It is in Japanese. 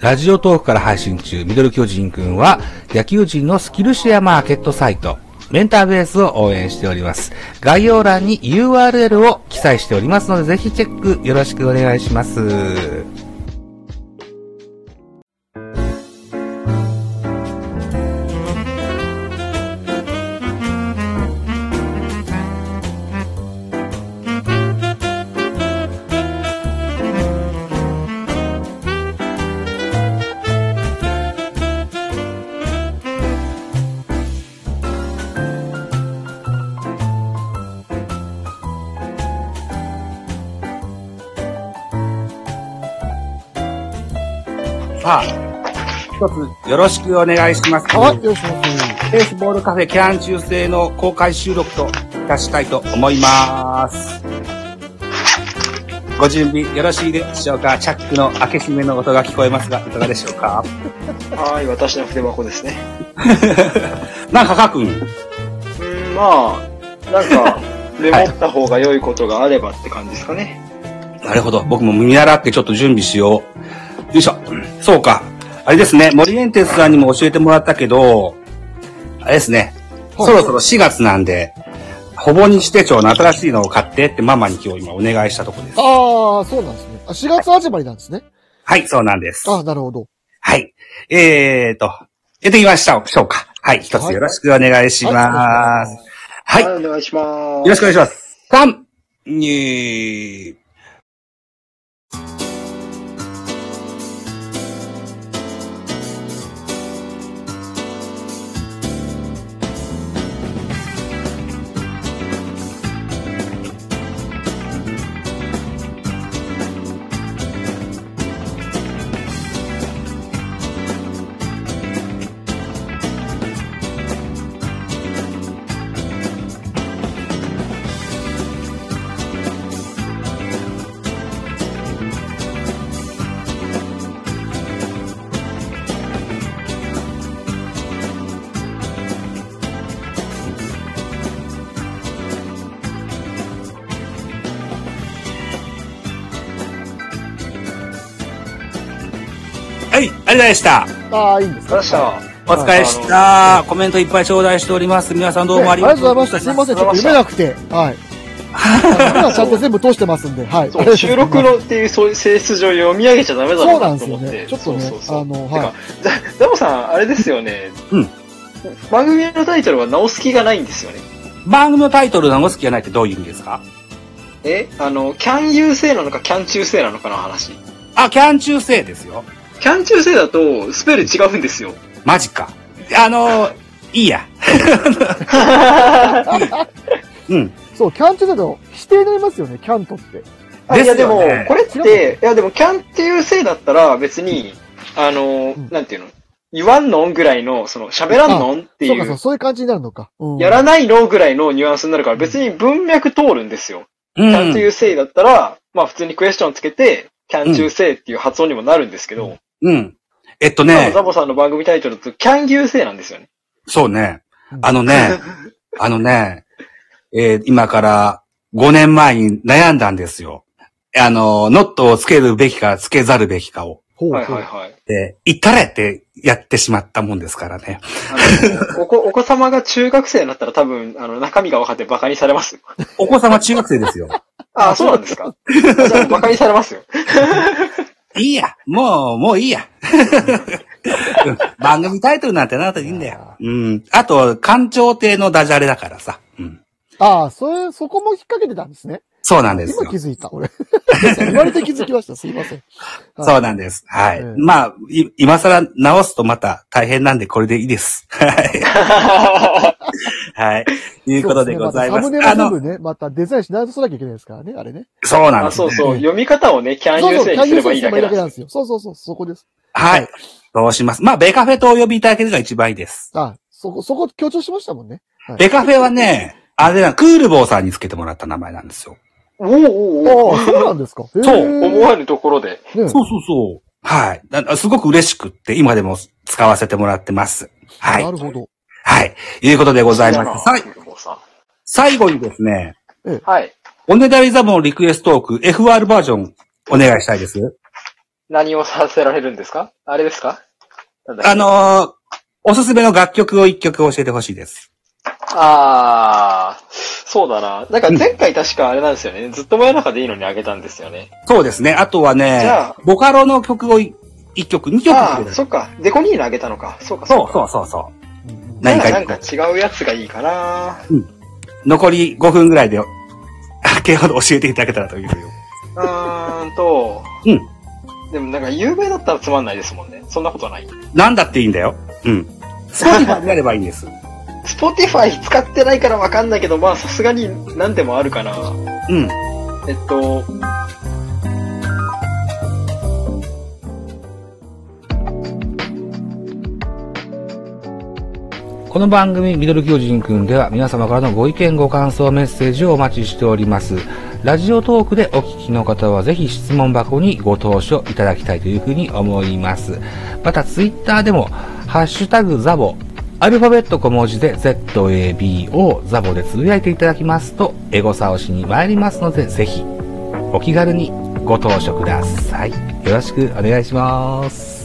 ラジオトークから配信中、ミドル巨人くんは、野球人のスキルシェアマーケットサイト、メンターベースを応援しております。概要欄に URL を記載しておりますので、ぜひチェックよろしくお願いします。さあ、一つよろしくお願いします。はい、よろしくお願いします。ベースボールカフェキャン中制の公開収録といたしたいと思います。ご準備よろしいでしょうかチャックの開け閉めの音が聞こえますが、いかがでしょうかはい、私の筆箱ですね。なんかかくん、うん、まあ、なん か、メモった方が良いことがあればって感じですかね。なるほど。僕も見習ってちょっと準備しよう。よいしょ。そうか。あれですね。モリエンテスさんにも教えてもらったけど、あれですね。はいそろそろ4月なんで、ほぼ日手帳の新しいのを買ってってママに今日今お願いしたとこです。ああ、そうなんですね。あ、4月始まりなんですね。はい、そうなんです。あなるほど。はい。えーと、出てきましたでしょうか。はい、一つよろしくお願いしまはす。はい、よはい、お願いします。ろしくお願いします。三、二、はい、ありがとうございました。ああ、いいんですお疲れ様か。でした。お疲れ様でした。コメントいっぱい頂戴しております。皆さんどうもありがとうございました。ねありがとうございました。すいません、ちょっと読めなくて。はい。あの今ちゃんと全部通してますんで、はい。そう、収録のっていうそういう性質上読み上げちゃダメだそうなろうんなとです思よって。ね。ちょっとねそうそう、そうあの、てはか、ダモさん、あれですよね。うん。番組のタイトルは直す気がないんですよね。番組のタイトルのお好きじゃないってどういう意味ですかえ、あの、キャン優勢なのかキャン中性なのかの話。あ、キャン中制ですよ。キャン中性だと、スペル違うんですよ。 マジか。あの、いいや。うん。い。そう、キャンチだと否定になりますよね、キャントって。あいやですでよもね、これって、いやでも、キャンっていうせいだったら、別に、あの、うんなんていうの、言わんのんぐらいの、その、喋らんのんってそういか、そう、う、そういう感じになるのか。うん。やらないのぐらいのニュアンスになるから、別に文脈通るんですよ。うキャンっていん。うせいだったら、まあ普通にクエスチョンつけて、キャン中性っていう発音にもなるんですけど、うん。えっとまあね。ザボさんの番組タイトルだと、キャン牛性なんですよね。そうねう。んあの ね、あのね、えー今から5年前に悩んだんですよ。あの、ノットをつけるべきか、つけざるべきかを。ほうほはういはいはい。で、言ったれってやってしまったもんですからね。あの お子、お子様が中学生になったら多分、あの、中身が分かってバカにされますよ。お子様中学生ですよ。 ああ、そうなん ですかじゃあバカにされますよ。いいや。もう、もういいや。 うん番組タイトルなんてなくていいんだよ。うん。あと、官庁亭のダジャレだからさ。うん。ああ、それ、そこも引っ掛けてたんですね。そうなんです今よ気。づいた、俺。 言われて気づきました、すいません。はいそうなんです。はい。うんまあ、い今更直すとまた大変なんでこれでいいです。 はい。はい。ということでございます。そうでねあたの、サムネの部分ね、またデザインし直さなきゃいけないですからね、あれね。そうなんあです、そうね。そう、読み方をね、キャンそう優そう、勢にすればいいだけだ。なんですよ。そうそうそう、そこです。はい。どうします。まあ、ベカフェとお呼びいただけるのが一番いいです。あ、そこ、そこ強調しましたもんね。はいベカフェはね、あれな、クールボーさんにつけてもらった名前なんですよ。おうおうおうああ、そうなんですか。そう思わぬところで。ね、そうそうそう。はい。だすごく嬉しくって、今でも使わせてもらってます。は。ないるほど。はい。いうことでございます。さいさ最後にですね、はい。おねだりザボのリクエストトーク FR バージョンお願いしたいです。何をさせられるんですかあれですかなんだっあけのーおすすめの楽曲を一曲教えてほしいです。あー、そうだな。なんか前回確かあれなんですよね。ずっと前の中でいいのにあげたんですよね。そうですね。あとはねじゃあ、ボカロの曲をい一曲、二曲くあれー、る。そそうっか。デコニーのあげたのか。そうか、そうか。そうそうそう。うん何なからなん一か個違うやつがいいかな。残り5分ぐらいで、あけほど教えていただけたらという。うーんと、うん。でもなんか有名だったらつまんないですもんね。そんなことない。なんだっていいんだよ。うん。スポティファになればいいんです。スポティファイ使ってないからわかんないけど、まあさすがに何でもあるかな。うん。えっと、この番組、ミドル巨人くんでは皆様からのご意見、ご感想、メッセージをお待ちしております。ラジオトークでお聞きの方はぜひ質問箱にご投書いただきたいというふうに思います。また、ツイッターでも、ハッシュタグザボ、アルファベット小文字で ZABO ザボでつぶやいていただきますと、エゴサをしに参りますので、ぜひ、お気軽にご投書ください。よろしくお願いします。